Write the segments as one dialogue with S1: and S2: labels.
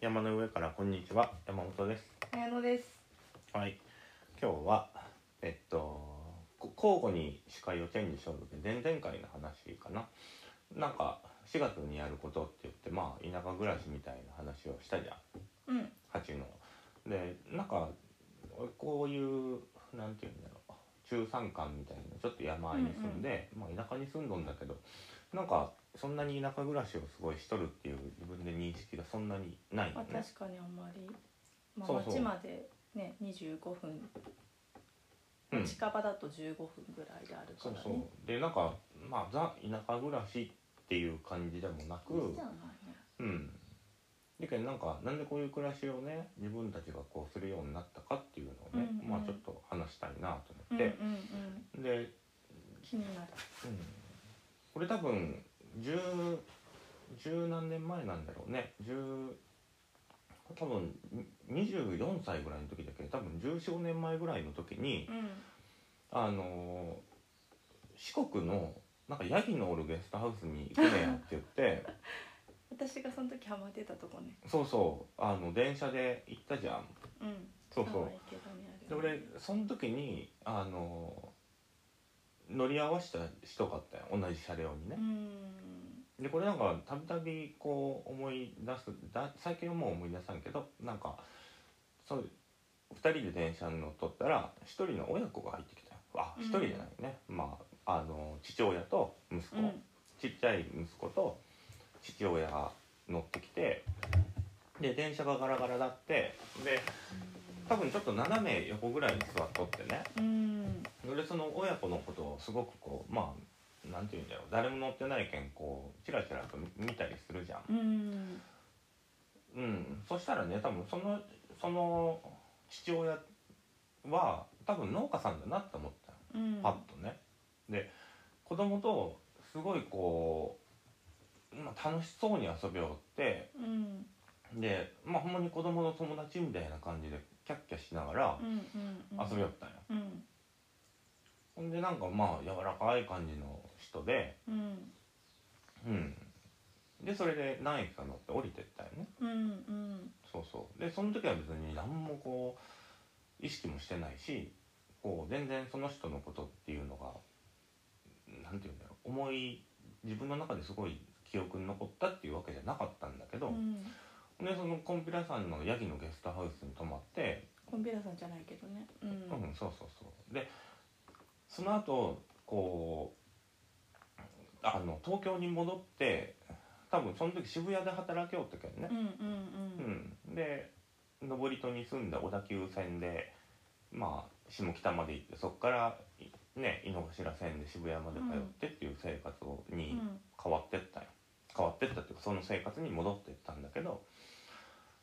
S1: 山の上からこんにちは山本です
S2: 綾乃です。
S1: はい今日はえっとこ交互に司会を手にしようので前々回の話かななんか4月にやることって言ってまあ田舎暮らしみたいな話をしたじゃん
S2: うん。
S1: 八のでなんかこういうなんていうんだろう中山間みたいなちょっと山あいに住んで、まあ、田舎に住んどんだけどなんかそんなに田舎暮らしをすごいしとるっていう自分で認識がそんなにないよ
S2: まあ
S1: ね。
S2: 確かにあんまり、まあ
S1: そうそう
S2: 町までね25分、
S1: うん
S2: 近場だと15分ぐらいであるか
S1: そう
S2: らね。
S1: そうでなんかまあザ田舎暮らしっていう感じでもなく
S2: いいじゃないね。
S1: うん。だけどなんかなんでこういう暮らしをね自分たちがこうするようになったかっていうのをね、
S2: うんうん
S1: まあちょっと話したいなと
S2: う
S1: 思
S2: ん
S1: っ
S2: うんう
S1: て、
S2: ん。
S1: で
S2: 気になる。
S1: うんこれ多分十十何年前なんだろうね十多分に24歳ぐらいの時だけど多分1415年前ぐらいの時に
S2: うん。
S1: あのー四国のなんかヤギのおるゲストハウスに行くねやって言って
S2: 私がその時ハマってたとこね。
S1: そうそうあの電車で行ったじゃん
S2: うん。
S1: そうそう
S2: 可愛いけどねあれ
S1: で俺その時にあのー乗り合わせた人があったよ同じ車両にね
S2: う、ん。
S1: でこれなんかたびたびこう思い出すだ最近はもう思い出さんけどなんかそう2人で電車に乗っとったら1人の親子が入ってきたよあ
S2: うん
S1: 一1人じゃないね、まああの父親と息子、
S2: うん。
S1: ちっちゃい息子と父親が乗ってきてで電車がガラガラだってで多分ちょっと斜め横ぐらいに座っとってね
S2: うん。
S1: それでその親子のことをすごくこうまあなんて言うんだろう誰も乗ってないけんこうチラチラと見たりするじゃん、
S2: うん。
S1: うん、そしたらね多分そのその父親は多分農家さんだなって思ったの
S2: うん。
S1: パッとねで子供とすごいこう、まあ、楽しそうに遊びおって
S2: うん。
S1: でまあほんまに子供の友達みたいな感じでキャッキャしながら
S2: うんうんうん。
S1: 遊びおったんよ、
S2: うん。
S1: ほんでなんかまあ柔らかい感じの人で
S2: うん。
S1: うんでそれで何駅か乗って降りてったよね
S2: うんうん。
S1: そうそうでその時は別に何もこう意識もしてないしこう全然その人のことっていうのが何て言うんだろう思い自分の中ですごい記憶に残ったっていうわけじゃなかったんだけ
S2: う
S1: ど、
S2: ん。
S1: でそのコンピラさんのヤギのゲストハウスに泊まって、
S2: コンビラさんじゃないけどね。う
S1: うんん。そうそうそうでその後こうあの東京に戻って多分その時渋谷で働きよったけどね、
S2: うんうんう
S1: うんん、で登戸に住んだ小田急線でまあ下北まで行ってそこからいね井の頭線で渋谷まで通ってっていう生活を
S2: う
S1: に
S2: ん
S1: 変わってったんよ変わってったっていうかその生活に戻ってったんだけど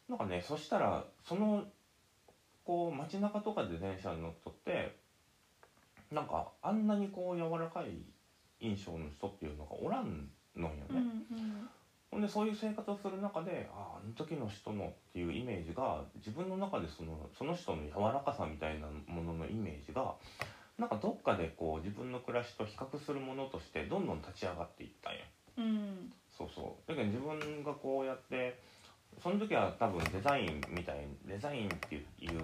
S1: なんかねそしたらそのこう街中とかで電車に乗っとってなんかあんなにこう柔らかい印象の人っていうのがおらんのんよね。
S2: うんうん
S1: ほんでそういう生活をする中であああの時の人のっていうイメージが自分の中でそのその人の柔らかさみたいなもののイメージがなんかどっかでこう自分の暮らしと比較するものとしてどんどん立ち上がっていったんや
S2: うん
S1: そうそうだけど自分がこうやってその時は多分デザインみたいデザインっていう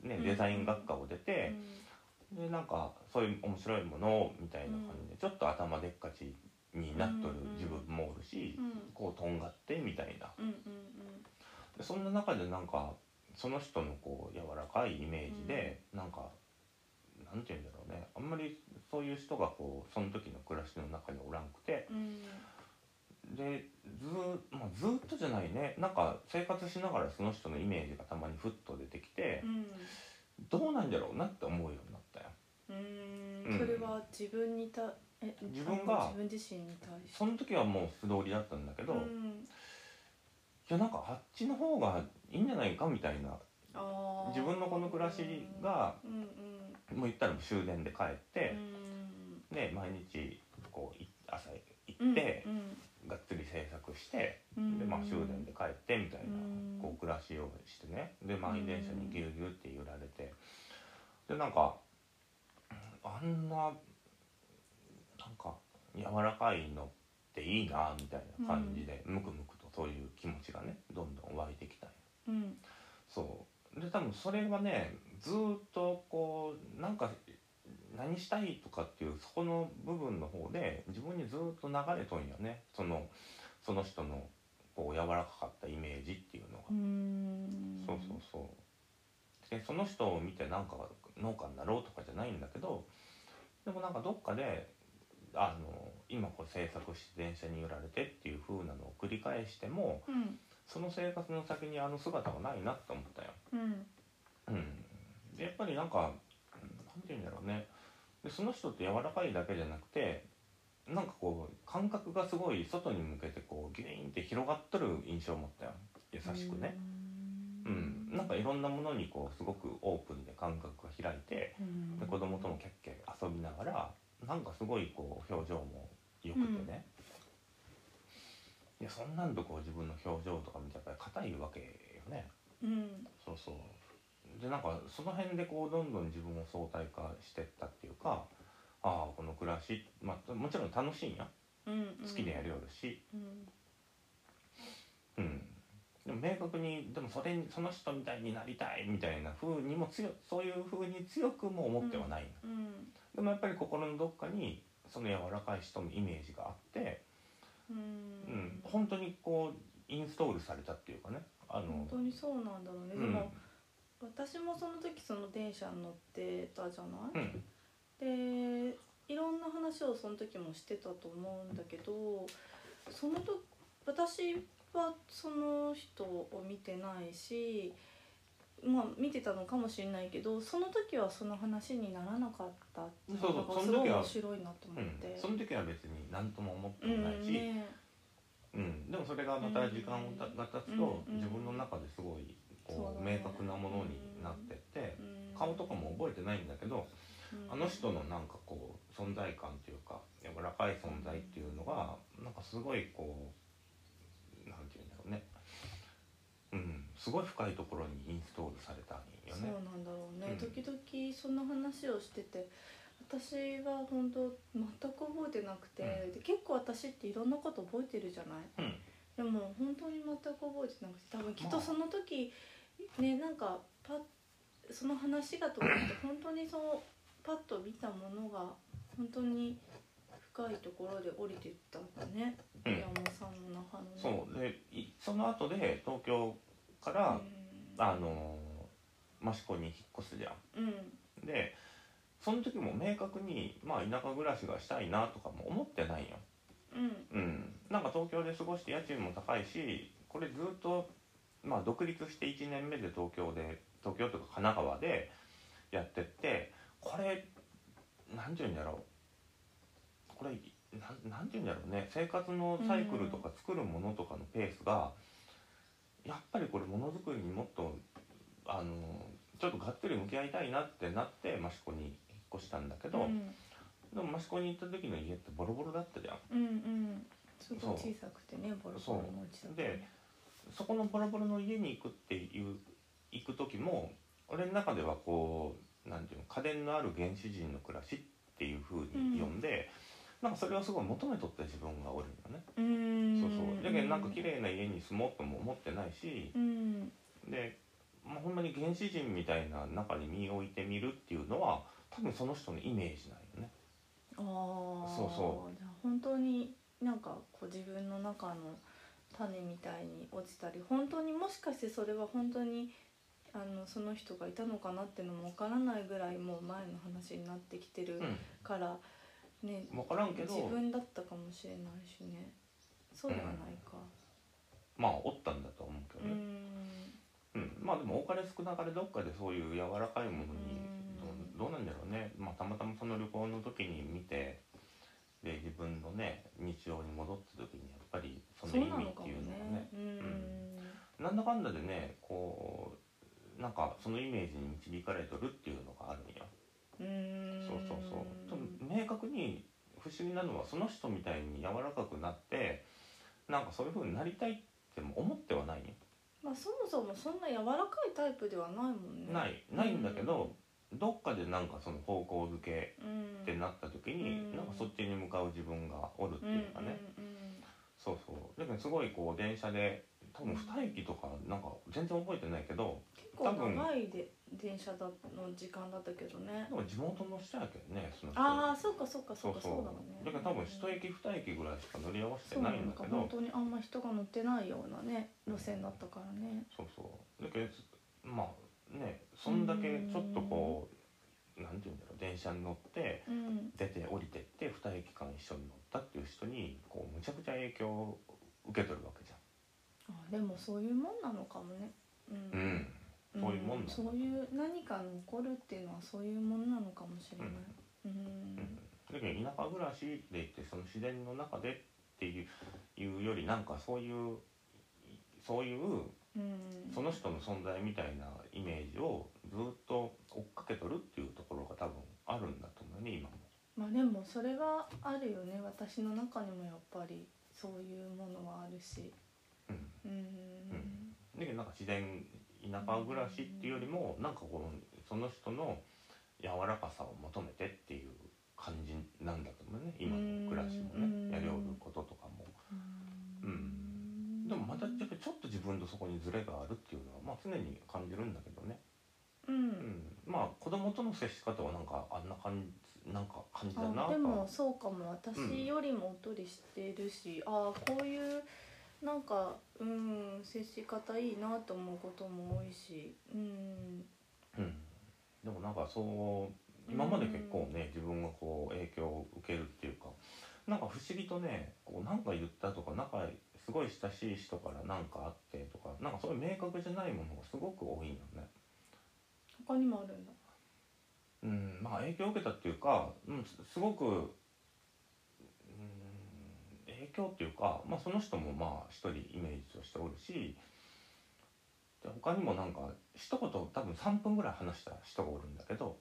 S1: ね
S2: うん
S1: デザイン学科を出て、でなんかそういう面白いものみたいな感じでちょっと頭でっかちになっとる自分もおるし、
S2: うん
S1: こうとんがってみたいな
S2: うんうん
S1: でそんな中でなんかその人のこう柔らかいイメージで、なんかなんて言うんだろうねあんまりそういう人がこうその時の暮らしの中におらんくて
S2: うん
S1: でず,、まあ、ずっとじゃないねなんか生活しながらその人のイメージがたまにふっと出てきて
S2: う、ん
S1: どうなんだろうなって思うようになったよ。
S2: うんそれは自分にたえ
S1: 自分が
S2: 自分自身に対して
S1: その時はもう素通りだったんだけど、
S2: う
S1: い
S2: ん
S1: やなんかあっちの方がいいんじゃないかみたいな
S2: あー
S1: 自分のこの暮らしが
S2: うんうん
S1: もう言ったらもう終電で帰って、
S2: うん
S1: で毎日こうい朝行
S2: うん
S1: って、
S2: うん
S1: がっつり制作して、
S2: うん
S1: でまあ、終電で帰ってみたいな、
S2: うん
S1: こう暮らしをしてねで満員電車にぎゅうぎゅうって揺られてでなんかあんななんか柔らかいのっていいなみたいな感じで、ムクムクと育そういう気持ちがねどんどん湧いてきたんよ
S2: うん
S1: そうで多分それはねずーっとこうなんか何したいとかっていうそこの部分の方で自分にずーっと流れとんよねそのその人のこう柔らかかったイメージっていうのが
S2: うー。ん
S1: そうそうそうでその人を見てなんか農家になろうとかじゃないんだけどでもなんかどっかであの今こう制作して電車に揺られてっていう風なのを繰り返しても
S2: うん
S1: その生活の先にあの姿はないなって思ったよ。
S2: うん
S1: うん、でやっぱりなんかうんなんて言うんだろうねでその人って柔らかいだけじゃなくてなんかこう感覚がすごい外に向けてこうギュイーンって広がっとる印象を持ったよ優しくね。うん、なんかいろんなものにこうすごくオープンで感覚が開いて
S2: うん
S1: で子供ともキャッキャ遊びながらなんかすごいこう表情も良くてね、いやそんなんとこう自分の表情とか見てやっぱり硬いわけよね
S2: うん
S1: そうそうでなんかその辺でこうどんどん自分を相対化してったっていうかああこの暮らし、まあ、もちろん楽しいんや
S2: うん
S1: 好きでやるよるし、
S2: うん
S1: うん、でも明確にでもそれにその人みたいになりたいみたいな風にも強そういう風に強くも思ってはない、
S2: うん
S1: でもやっぱり心のどっかにその柔らかい人のイメージがあって、
S2: う
S1: うんん、本当にこうインストールされたっていうかねあの
S2: 本当にそうなんだろうね、
S1: う
S2: で
S1: ん
S2: も私もその時その電車に乗ってたじゃない、
S1: うん
S2: でいろんな話をその時もしてたと思うんだけどその時私はその人を見てないしまあ見てたのかもしれないけどその時はその話にならなかったっていうの
S1: そう
S2: が
S1: そう
S2: す
S1: その
S2: ごい
S1: 時は
S2: 面白いなと思
S1: う
S2: っ
S1: ん
S2: て
S1: そ。の時は別に何とも思って
S2: う
S1: も
S2: ん
S1: ないし、
S2: ね
S1: うん、でもそれがまた時間をたが経つと
S2: うん
S1: 自分の中ですごいこ
S2: そううだね
S1: 明確なものになってって
S2: うん
S1: 顔とかも覚えてないんだけど
S2: うん
S1: あの人のなんかこう存在感というか柔らかい存在っていうのがなんかすごいこうなんていうんだろうねうんすごい深いところにインストールされたんよ
S2: そう
S1: ね
S2: なんだろうね、
S1: うん
S2: 時々その話をしてて私は本当全く覚えてなくて、で結構私っていろんなこと覚えてるじゃない
S1: うん
S2: でも本当に全く覚えてなくて多分きっ
S1: まあ
S2: とその時、ねなんかパッその話がと かって本当にそのパッと見たものが本当に深いところで降りていったんだね、
S1: うん
S2: 山さんの中のね
S1: そうでいその後で東京から
S2: うん
S1: あのー益子に引っ越すじゃ
S2: うん
S1: んでその時も明確にまあ田舎暮らしがしたいなとかも思ってないよ
S2: うん
S1: うん、なんか東京で過ごして家賃も高いしこれずっと、まあ、独立して1年目で東京で東京とか神奈川でやってってこれ何て言うんだろうこれなんなんて言うんだろうね生活のサイクルとか作るものとかのペースが、やっぱりこれものづくりにもっとあのちょっとがっつり向き合いたいなってなって益子に引っ越したんだけど、
S2: うん
S1: でも益子に行った時の家ってボロボロだったじゃん。
S2: うんうんすごい小さくてねボロボロのうちだったね
S1: そこのボロボロの家に行くっていう行く時も俺の中ではこうなんていうの家電のある原始人の暮らしっていう風に呼んで、なんかそれをすごい求めとった自分がおるんよね、
S2: うーん
S1: そうそうだけどなんか綺麗な家に住もうとも思ってないし
S2: うん
S1: で、まあ、ほんまに原始人みたいな中に身を置いてみるっていうのは多分その人のイメージなんよね
S2: ああ
S1: そうそう
S2: じゃあ本当になんかこう自分の中の種みたいに落ちたり本当にもしかしてそれは本当にあのその人がいたのかなってのもわからないぐらいもう前の話になってきてる
S1: う
S2: から、ね
S1: ん分からんけ
S2: 自
S1: ど
S2: 分だったかもしれないしねそうではないか
S1: まあおったんだと思うけ
S2: う
S1: どね、
S2: ーん
S1: うん、まあでも多かれ少なかれどっかでそういう柔らかいものに
S2: うん
S1: どうどうなんだろうね、まあ、たまたまその旅行の時に見てで自分のね日常に戻った時にやっぱりその
S2: そう
S1: 意
S2: な
S1: 味
S2: の
S1: っ
S2: か
S1: ていう
S2: も
S1: のがね
S2: ねうーん
S1: なんだかんだでねこうなんかそのイメージに導かれとるっていうのがあるんよ。
S2: うーん
S1: そうそうそう多分明確に不思議なのはその人みたいに柔らかくなってなんかそういう風になりたいっても思ってはないよ
S2: まあそもそもそんな柔らかいタイプではないもんね
S1: ないないんだけど、どっかでなんかその方向づけ
S2: うん
S1: ってなった時に、
S2: うん
S1: なんかそっちに向かう自分がおるっていうかね、
S2: うんうんうん
S1: そうそうだけどすごいこう電車で多分2駅とかなんか全然覚えてないけど
S2: 結構長いで電車だの時間だったけどね
S1: でも地元の人やけどねその人
S2: ああそうかそうかそ
S1: そうう
S2: か
S1: そ
S2: そうう
S1: だ
S2: だわ
S1: か
S2: ね
S1: ら多分1駅2駅ぐらいしか乗り合わせ
S2: そ
S1: て
S2: うな
S1: ないん
S2: ん
S1: だ
S2: か
S1: けど
S2: 本当にあんま人が乗ってないようなね路線だったからね
S1: そうそうだけどまあねそんだけちょっとこうなんて言うんだろう電車に乗って
S2: うん
S1: 出て降りてって2駅間一緒に乗ったっていう人にこうむちゃくちゃ影響を受け取るわけじ
S2: あでもそういうもんなのかもねうん
S1: ゃん、うん、そういうもんなんだ
S2: そういう何かに起こるっていうのはそういうもんなのかもしれないうん、
S1: だけど田舎暮らしで行ってその自然の中でっていういうよりなんかそういうそういう
S2: うん
S1: その人の存在みたいなイメージをずっと追っかけとるっていうところが多分あるんだと思うね今も。
S2: まあでもそれはあるよね私の中にもやっぱりそういうものはあるし
S1: うん
S2: うん、
S1: だけどなんか自然田舎暮らしっていうよりもなんかこのその人の柔らかさを求めてっていう感じなんだと思うね今の暮らしも
S2: うん
S1: ねやりおることとかも。でもまたやっぱりちょっと自分とそこにズレがあるっていうのは、まあ、常に感じるんだけどね、
S2: う、
S1: うんん、まあ子供との接し方はなんかあんな感じなんか感じだな
S2: あ
S1: と
S2: で
S1: は
S2: もそうかも私よりもおっとりしてるし、ああこういうなんかうん接し方いいなと思うことも多いしうん
S1: うん、でもなんかそう今まで結構ね自分がこう影響を受けるっていうかなんか不思議とねこうなんか言ったとかなんかすごい親しい人からなんかあってとかなんかそういう明確じゃないものがすごく多いんよね。
S2: 他にもあるんだ
S1: うん、まあ影響を受けたっていうか、うん、すすごく、うん、影響っていうか、まあ、その人もまあ一人イメージとしておるしで他にもなんか一言多分3分ぐらい話した人がおるんだけど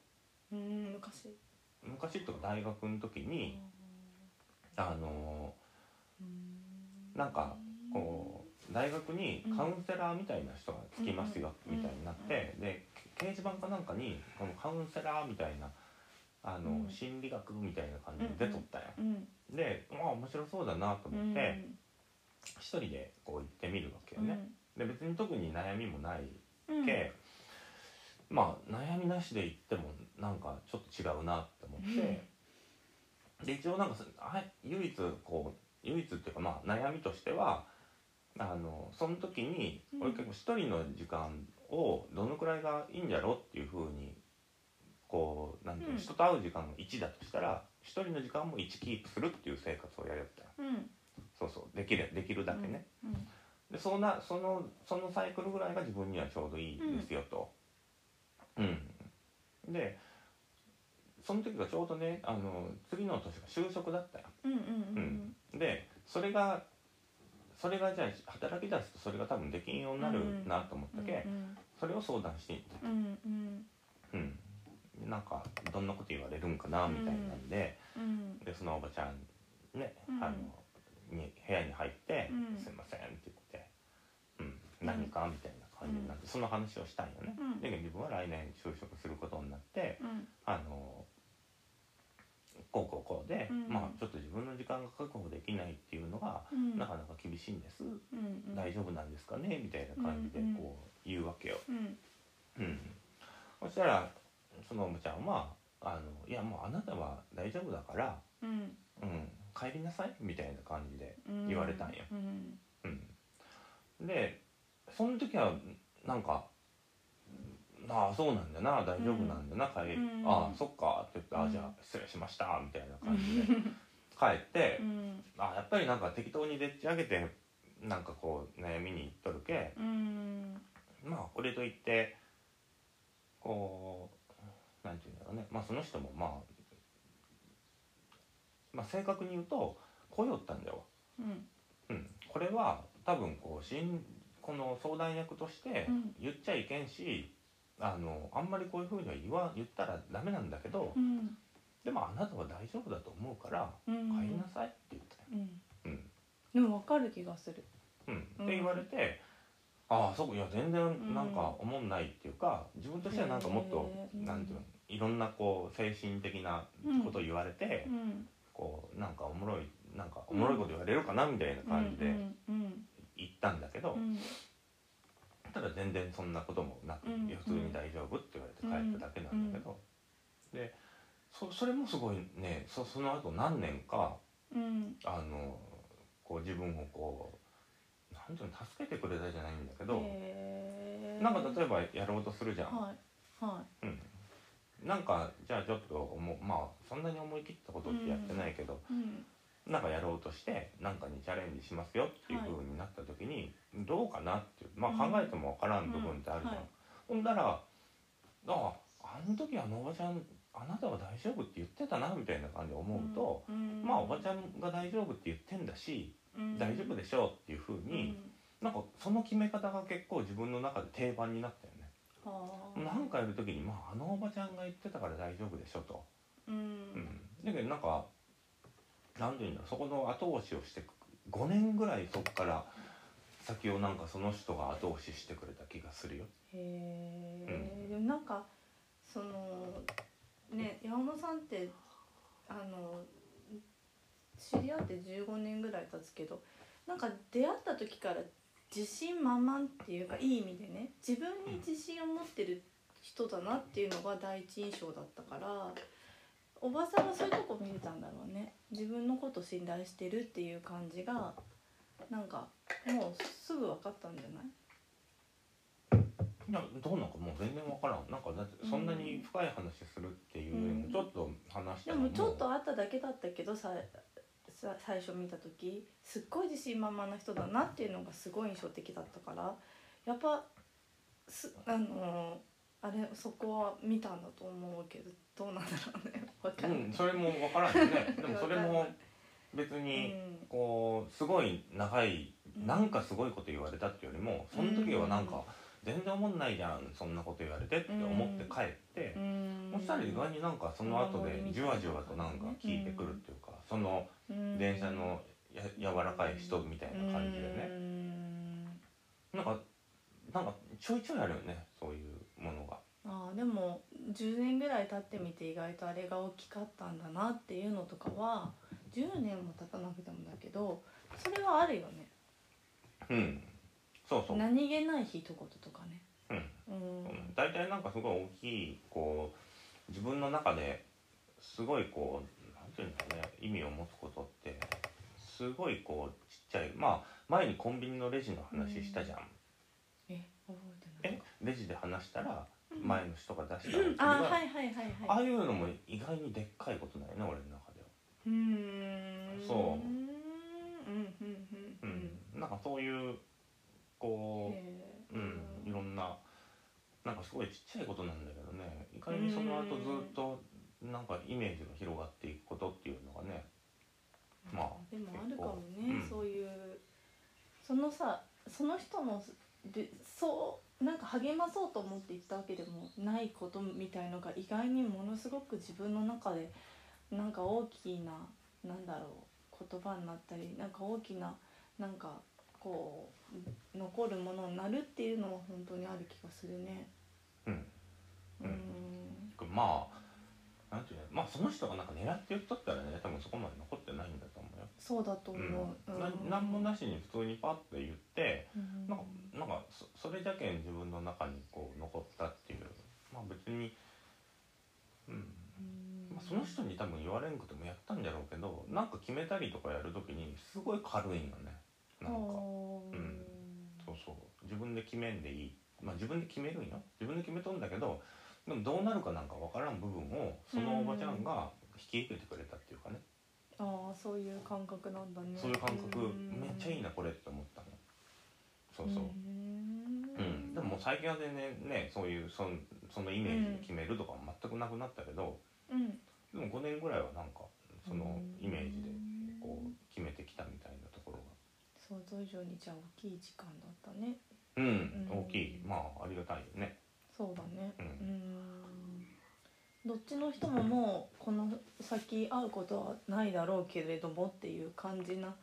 S2: うん昔
S1: 昔とか大学の時に、あの
S2: うん
S1: なんかこう大学にカウンセラーみたいな人がつきますよ
S2: うん
S1: みたいになってで掲示板かなんかにこのカウンセラーみたいなあの
S2: うん
S1: 心理学みたいな感じで出とったんや。
S2: うん
S1: でまあ面白そうだなと思って一人でこう行ってみるわけよね。で別に特に悩みもない
S2: うん
S1: け、まあ悩みなしで行ってもなんかちょっと違うなって思って、で一応なんかそあ唯一こう唯一っていうかまあ悩みとしてはあのその時に
S2: うん
S1: 俺結構一人の時間をどのくらいがいいんじゃろうっていうふうにこうなんていうの
S2: うん
S1: 人と会う時間が1だとしたら一人の時間も1キープするっていう生活をやりよったよ
S2: うん
S1: そうそうできるできるだけね、
S2: うん
S1: でそんなそのそのサイクルぐらいが自分にはちょうどいいですよと。うん、でその時がちょうどねあの次の年が就職だったよ。
S2: うんうん
S1: でそれがそれがじゃあ働き出すとそれが多分できんようになるなと思っ
S2: うん
S1: たけ、それを相談していった
S2: うんうんうん
S1: うん、なんかどんなこと言われるんかなみたいなんで,、
S2: うん
S1: でそのおばちゃんね、
S2: うん
S1: あのに部屋に入って「
S2: うん
S1: すいません」って言って「うん、何か?」みたいな感じになって、その話をしたんよね。
S2: うん
S1: で自分は来年就職することになって
S2: うん
S1: あのこうこうこうで、
S2: うん
S1: まあちょっと自分の時間が確保できないっていうのが
S2: うん
S1: なかなか厳しいんです、
S2: うん
S1: 大丈夫なんですかねみたいな感じで
S2: うん
S1: こう言うわけよ。
S2: うん
S1: うん、そしたらそのおもちゃんはあの「いやもうあなたは大丈夫だから、
S2: うん
S1: うん、帰りなさい」みたいな感じで、
S2: うん
S1: 言われたんよ
S2: うん
S1: うん、でその時はなんか「ああそうなんだな大丈夫なんだな、帰り
S2: うん
S1: ああそっか」って言って「あ
S2: う
S1: あ
S2: ん
S1: じゃあ失礼しました」みたいな感じで帰って、
S2: うん
S1: ああやっぱりなんか適当にでっち上げてなんかこう悩みにいっとるけ
S2: うん
S1: まあこれといってこうなんていうんだろうねまあその人もまあまあ正確に言うとこうよったんだよ、
S2: うん
S1: うん、これは多分こうしんこの相談役として
S2: うん
S1: 言っちゃいけんし、あのあんまりこういうふうには言わ言ったらダメなんだけど、
S2: うん
S1: でもあなたは大丈夫だと思うから
S2: うん
S1: 帰りなさいって言ったよ
S2: うん
S1: うん
S2: でもわかる気がする
S1: うん、
S2: うん
S1: って言われて、ああそういや全然なんか思んないっていうか自分としてはなんかもっと、
S2: へえ
S1: なんていうのいろんなこう精神的なことを言われて、
S2: うん
S1: こうなんかおもろいなんかおもろいこと言われるかなみたいな感じ
S2: う
S1: で
S2: んうん
S1: 行ったんだけど、
S2: うん
S1: ただ全然そんなこともなく、
S2: うん
S1: いや普通に大丈夫って言われて帰っただけなんだけど、でそそれもすごいねそその後何年か
S2: うん
S1: あのこう自分をこうなんていうの助けてくれたじゃないんだけど、
S2: へー
S1: なんか例えばやろうとするじゃん。
S2: はいは
S1: うんなんかじゃあちょっともうまあそんなに思い切ったことってやってないけど、
S2: いうん
S1: なんかやろうとしてなんかにチャレンジしますよっていう風になった時に、どうかなっていうまあ
S2: うん
S1: 考えても分からん部分ってあるじゃん、
S2: うんはい
S1: ほんだら「あああの時あのおばちゃんあなたは大丈夫って言ってたな」みたいな感じで思うと、、
S2: ん
S1: まあおばちゃんが大丈夫って言ってんだし、
S2: うん
S1: 大丈夫でしょうっていう風に、なんかその決め方が結構自分の中で定番になったよね。
S2: うんはあ
S1: なんかやる時に、まあ、あのおばちゃんが言ってたから大丈夫でしょと、
S2: う
S1: うんん、だけどなんかなんていうんだろうそこの後押しをしてく5年ぐらいそこから先をなんかその人が後押ししてくれた気がするよ。
S2: へえ、
S1: うん
S2: でもなんかそのね山本さんってあの知り合って15年ぐらい経つけどなんか出会った時から自信満々っていうかいい意味でね自分に自信を持ってる人だなっていうのが第一印象だったからおばさんはそういうとこ見れたんだろうね自分のこと信頼してるっていう感じがなんかもうすぐ分かったんじゃない
S1: などうなんかもう全然わからんなんかだってそんなに深い話するっていうより
S2: う
S1: も
S2: ん
S1: ちょっと話した
S2: で
S1: ら
S2: も
S1: う
S2: ちょっと会っただけだったけどささ最初見た時すっごい自信満々な人だなっていうのがすごい印象的だったからやっぱすあのーあれそこは見たんだと思うけどどうなんだろうね わか
S1: うん
S2: ない、
S1: ん、それもわからんよねでもそれ
S2: わ
S1: も
S2: かんない
S1: 別
S2: う
S1: に
S2: ん
S1: こうすごい長い
S2: うん
S1: なんかすごいこと言われたっていうよりもその時はなんか全然思んないじゃんそんなこと言われてって思って帰って
S2: うん
S1: そしたら意外になんかその後で
S2: うん
S1: じわじわとなんか聞いてくるっていうかその
S2: うん
S1: 電車のや柔らかい人みたいな感じでね
S2: うん
S1: なんかなんかちょいちょいあるよねそういうものが。
S2: あーでも10年ぐらい経ってみて意外とあれが大きかったんだなっていうのとかは10年も経たなくてもだけどそれはあるよね
S1: うんそうそう、うん
S2: 何気ない一言とかねうん
S1: うん大体なんかすごい大きいこう自分の中ですごいこうなんていうんだろうね意味を持つことってすごいこうちっちゃいまあ前にコンビニのレジの話したじゃん、
S2: え覚えてない
S1: えレジで話したら
S2: うん
S1: 前の人が出したお釣り
S2: あ
S1: が、
S2: ーはいはいはい
S1: あ
S2: はい
S1: あいうのも意外にでっかいことないね俺の中では、
S2: うーん
S1: そう
S2: うんうんうん
S1: う
S2: うんん
S1: なんかそういうこう、
S2: へー
S1: うん、いろんななんかすごいちっちゃいことなんだけどね意外にその後ずっとなんかイメージが広がっていくことっていうのがねまあ
S2: でもあるかもね、
S1: 結構うん
S2: そういうそのさその人のでそうなんか励まそうと思って言ったわけでもないことみたいのが意外にものすごく自分の中でなんか大きななんだろう言葉になったりなんか大きななんかこう残るものになるっていうのは本当にある気がするね。
S1: うん
S2: う
S1: うん
S2: ん
S1: まあなんていうのまあその人がなんか狙って言っとったらね多分そこまで残ってないんだと思うよ。
S2: そうだと思う。
S1: うん、ななんもなしに普通にパッと言って
S2: うん
S1: なんかなんかそそれだけ自分の中にこう残ったっていうまあ別に、うん
S2: うん
S1: まあ、その人に多分言われんくてもやったんだろうけどなんか決めたりとかやる時にすごい軽いのねなんか
S2: おー
S1: うんそうそう自分で決めんでいいまあ自分で決めるんよ自分で決めとんだけどでもどうなるかなんかわからん部分をそのおばちゃんが引き受けてくれたっていうかね、
S2: ああそういう感覚なんだね
S1: そういう感覚めっちゃいい
S2: な
S1: なこれって思ったのそうそう、う
S2: ん
S1: ん、でももう最近は全然ねそういうそんそのイメージを決めるとかは全くなくなったけど、
S2: うん
S1: でも5年ぐらいはなんかそのイメージで
S2: うん
S1: こう決めてきたみたいなところ
S2: 想像以上にじゃあ大きい時間だったね
S1: が、うん、
S2: うん
S1: 大きいまあありがたいよね。
S2: そうだね
S1: う
S2: うんんどっちの人ももうこの先会うことはないだろうけれどもっていう感じな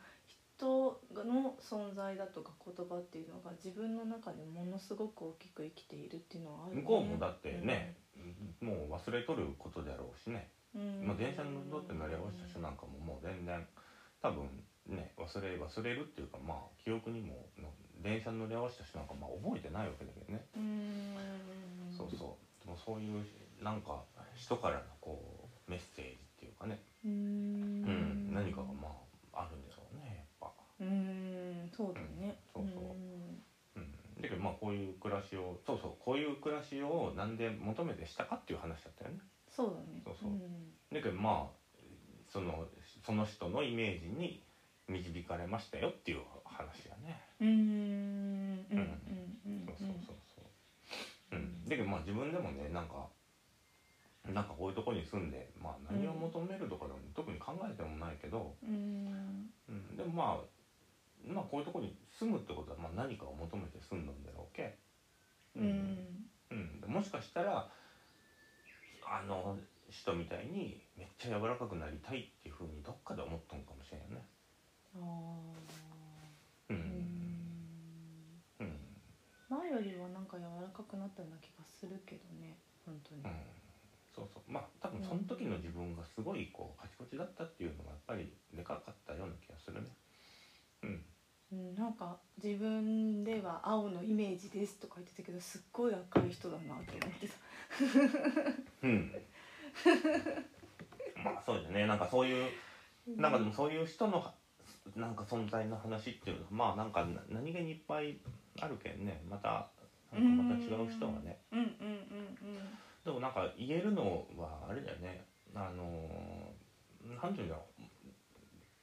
S2: 人の存在だとか言葉っていうのが自分の中でものすごく大きく生きているっていうのはあるね
S1: 向こうもだってね、もう忘れとることであろうしね、
S2: うん
S1: まあ、電車に乗って乗り合わせた人なんかももう全然多分ね忘れ忘れるっていうかまあ記憶にもの電車の乗り合わせた人なんかまあ覚えてないわけだけどね、
S2: うーん
S1: そうそうでもそういうなんか人からのこうメッセージっていうかね、
S2: うーん
S1: うん、何かがまああるんでしょうねやっぱ。
S2: うーんそうだね
S1: うんそうそう
S2: ーん
S1: うんだけどまあこういう暮らしをそうそうこういう暮らしをなんで求めてしたかっていう話だったよね
S2: そうだね
S1: そうそうんだけどまあそのその人のイメージに導かれましたよっていう話やね
S2: うーんうんうん
S1: そうそうそうそう、うん、だけどまあ自分でもねなんかなんかこういうとこに住んで、まあ、何を求めるとかでも特に考えてもないけど、
S2: うーん
S1: うん、でもまあまあこういうとこに住むってことはまあ何かを求めて住んだんだろうけ、
S2: うーん
S1: うん、もしかしたらあの人みたいにめっちゃ柔らかくなりたいっていうふうにどっかで思ったのかもしれないね。
S2: あ
S1: う
S2: ー
S1: ん
S2: うーん
S1: うん
S2: 前よりはなんか柔らかくなったような気がするけどね本当に
S1: うんそうそうまあ多分その時の自分がすごいこうカチコチだったっていうのがやっぱりでかかったような気がするね。うん
S2: うん、なんか自分では青のイメージですとか言ってたけどすっごい明るい人だなと思ってさ
S1: うん、 まあそうだねなんかそういうなんかでもそういう人のなんか存在の話っていうのはまあなんかな何気にいっぱいあるけんねまたなんかまた違う人がね
S2: うんうん
S1: でもなんか言えるのはあれだよねあのーなんていうんだろう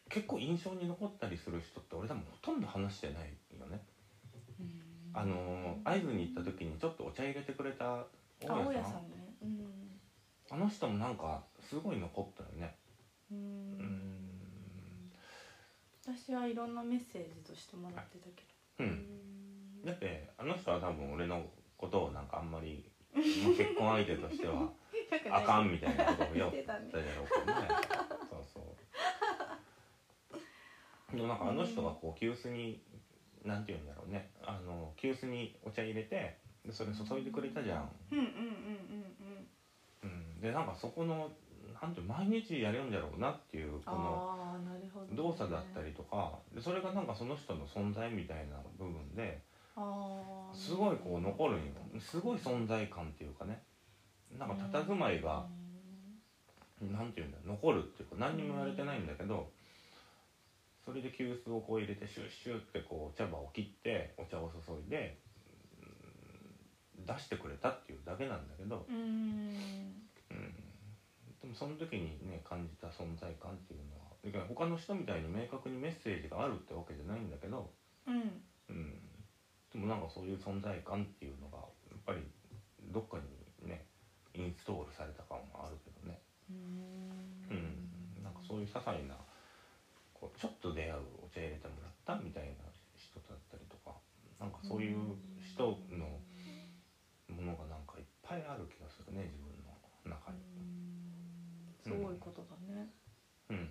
S1: 結構印象に残ったりする人って俺多分ほとんど話してないよね
S2: うんうん
S1: あのー会津に行った時にちょっとお茶入れてくれた
S2: あ
S1: 大家
S2: 大家
S1: さ
S2: さ
S1: ん
S2: んねうん
S1: あの人もなんかすごい残ったよね
S2: う
S1: うんん
S2: 私はいろんなメッセージとしてもらってたけ
S1: う
S2: ど
S1: ん だってあの人は多分俺のことをなんかあんまりもう結婚相手と してはあか
S2: ん
S1: んみたいなことをよ
S2: 言っ
S1: く
S2: てた ね
S1: だよねそうそうでもなんかあの人がこう急須になんて言うんだろうねあの急須にお茶入れてでそれ注いでくれたじゃん、
S2: うんうんうん
S1: うん、でなんかそこのなんて毎日やるんだろうなっていうこの
S2: ああなるほどね
S1: 動作だったりとかでそれがなんかその人の存在みたいな部分で
S2: ああ
S1: すごいこう残るんよすごい存在感っていうかねなんか佇まいがなんていうんだ残るっていうか何にも言われてないんだけどそれで急須をこう入れてシュッシュッってこう茶葉を切ってお茶を注いでうん出してくれたっていうだけなんだけど、
S2: うんうん
S1: うん、でもその時にね感じた存在感っていうのはだから他の人みたいに明確にメッセージがあるってわけじゃないんだけど、
S2: うん
S1: うん、でもなんかそういう存在感っていうのがやっぱりどっかにねインストールされた感はあるけどね。
S2: う
S1: うん、なんかそういう些細なこうちょっと出会うお茶入れてもらったみたいな人だったりとかなんかそういう人のものがなんかいっぱいある気がするね自分の中に。
S2: すごいことだね。
S1: うん、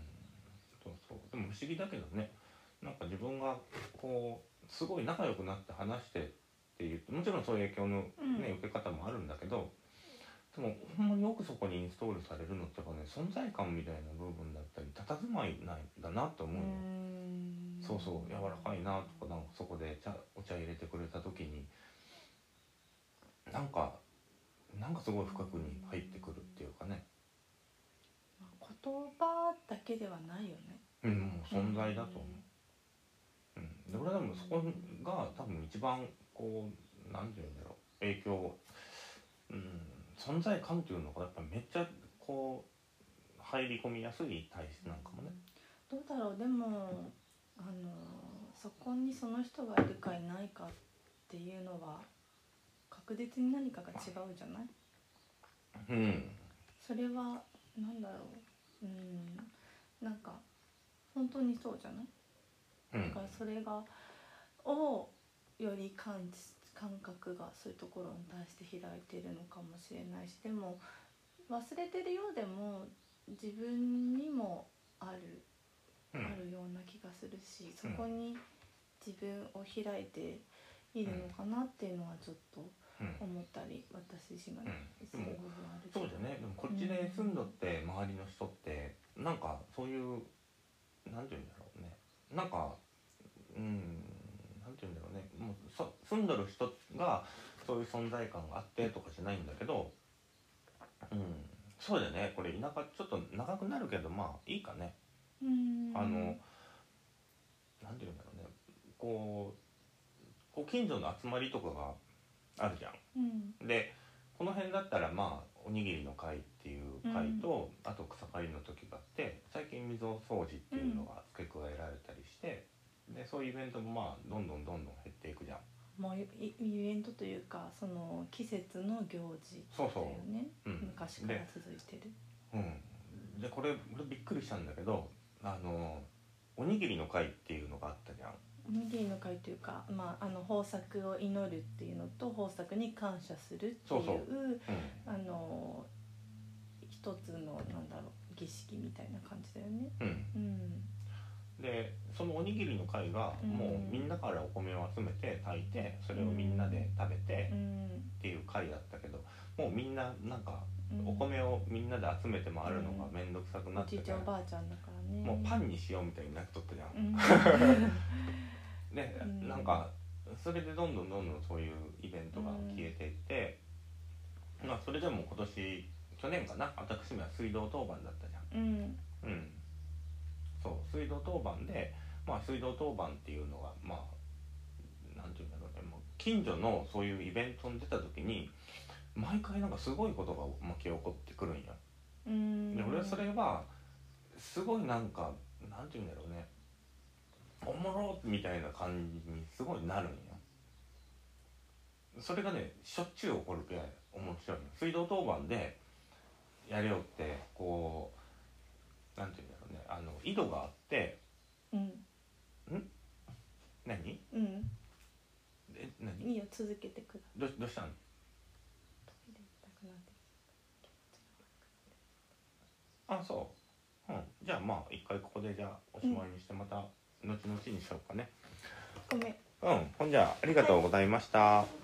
S1: そうそうでも不思議だけどねなんか自分がこうすごい仲良くなって話してっていうもちろんそういう影響の、ね
S2: うん
S1: 受け方もあるんだけどでもほんまによくそこにインストールされるのってかね存在感みたいな部分だったり佇まいなんだなと思うよ、そうそう柔らかいなとかなんかそこで茶お茶入れてくれた時になんかなんかすごい深くに入ってくるっていうかね、
S2: 言葉だけではないよね。
S1: うん、もう存在だと思う。うん、で俺は多分そこが多分一番こう何て言うんだろう影響、うん、存在感っていうのがやっぱめっちゃこう入り込みやすい体質なんかもね。
S2: どうだろうでもあのそこにその人がいるかいないかっていうのは確実に何かが違うじゃない
S1: うん、
S2: それはなんだろううんなんか本当にそうじゃない
S1: うん
S2: だからそれがをより感知感覚がそういうところに対して開いてるのかもしれないしでも忘れてるようでも自分にもある
S1: う
S2: あ
S1: ん
S2: るような気がするしそこに自分を開いているのかなっていうのはちょっと
S1: うん
S2: 思ったり私自身が
S1: うん
S2: する部分はあるけ
S1: そ
S2: ど
S1: うだねでもこっちで住んどって周りの人ってなんかそういうなんて言うんだろなんかうんなんて言うんだろうねもうそ住んどる人がそういう存在感があってとかじゃないんだけどうんそうだよねこれ田舎ちょっと長くなるけどまあいいかね
S2: うん
S1: あのなんて言うんだろうねこうこう近所の集まりとかがあるじゃん。
S2: うん
S1: でこの辺だったらまあおにぎりの会っていう会と、あと草刈りの時があって最近溝掃除っていうのが付け加えられたりして、でそういうイベントもまあどんどんどんどん減っていくじゃん
S2: まあイイベントというかその季節の行事
S1: そう
S2: だ
S1: そ
S2: よね
S1: う、うん、
S2: 昔から続いてる
S1: で,、うん、でこれ俺びっくりしたんだけどあのおにぎりの会っていうのがあったじゃん
S2: おにぎりの会というか、まあ、あの豊作を祈るっていうのと豊作に感謝するっていう
S1: そうそう
S2: あの一つのなんだろう儀式みたいな感じだよね。
S1: うん、うん
S2: うん
S1: でそのおにぎりの会が
S2: うん
S1: もうみんなからお米を集めて炊いてそれをみんなで食べて
S2: うん
S1: っていう会だったけどもうみんななんか
S2: うん
S1: お米をみんなで集めて回るのが面倒くさくな
S2: お
S1: って
S2: じい
S1: か
S2: ち
S1: ら
S2: ゃんおばあちゃんだからね。
S1: もうパンにしようみたいになっとったじゃん
S2: う。ん、
S1: で
S2: うん
S1: なんかそれでどんどんどんどんそういうイベントが消えていって、まあそれでも今年去年かな私めは水道当番だったじゃ
S2: うん
S1: ん。うん、そう水道当番で、まあ、水道当番っていうのがまあなんていうんだろうねもう近所のそういうイベントに出た時に毎回なんかすごいことが巻き起こってくるんよ。
S2: うん、
S1: で俺はそれはすごいなんかなんて言うんだろうねおもろみたいな感じにすごいなるんよそれがねしょっちゅう起こるけ面白いの水道当番でやれよってこうなんて言うんだろうねあの井戸があって
S2: うん
S1: 何
S2: うん
S1: え何
S2: いいよ続けてくだ
S1: どどうしたの
S2: さい。入れたくなって
S1: あそう、うん、じゃあまあ一回ここでじゃあおしまいにしてまた後々にしようかね
S2: ごめん。
S1: うん、ほんじゃあありがとうございました、
S2: ありがとうございました。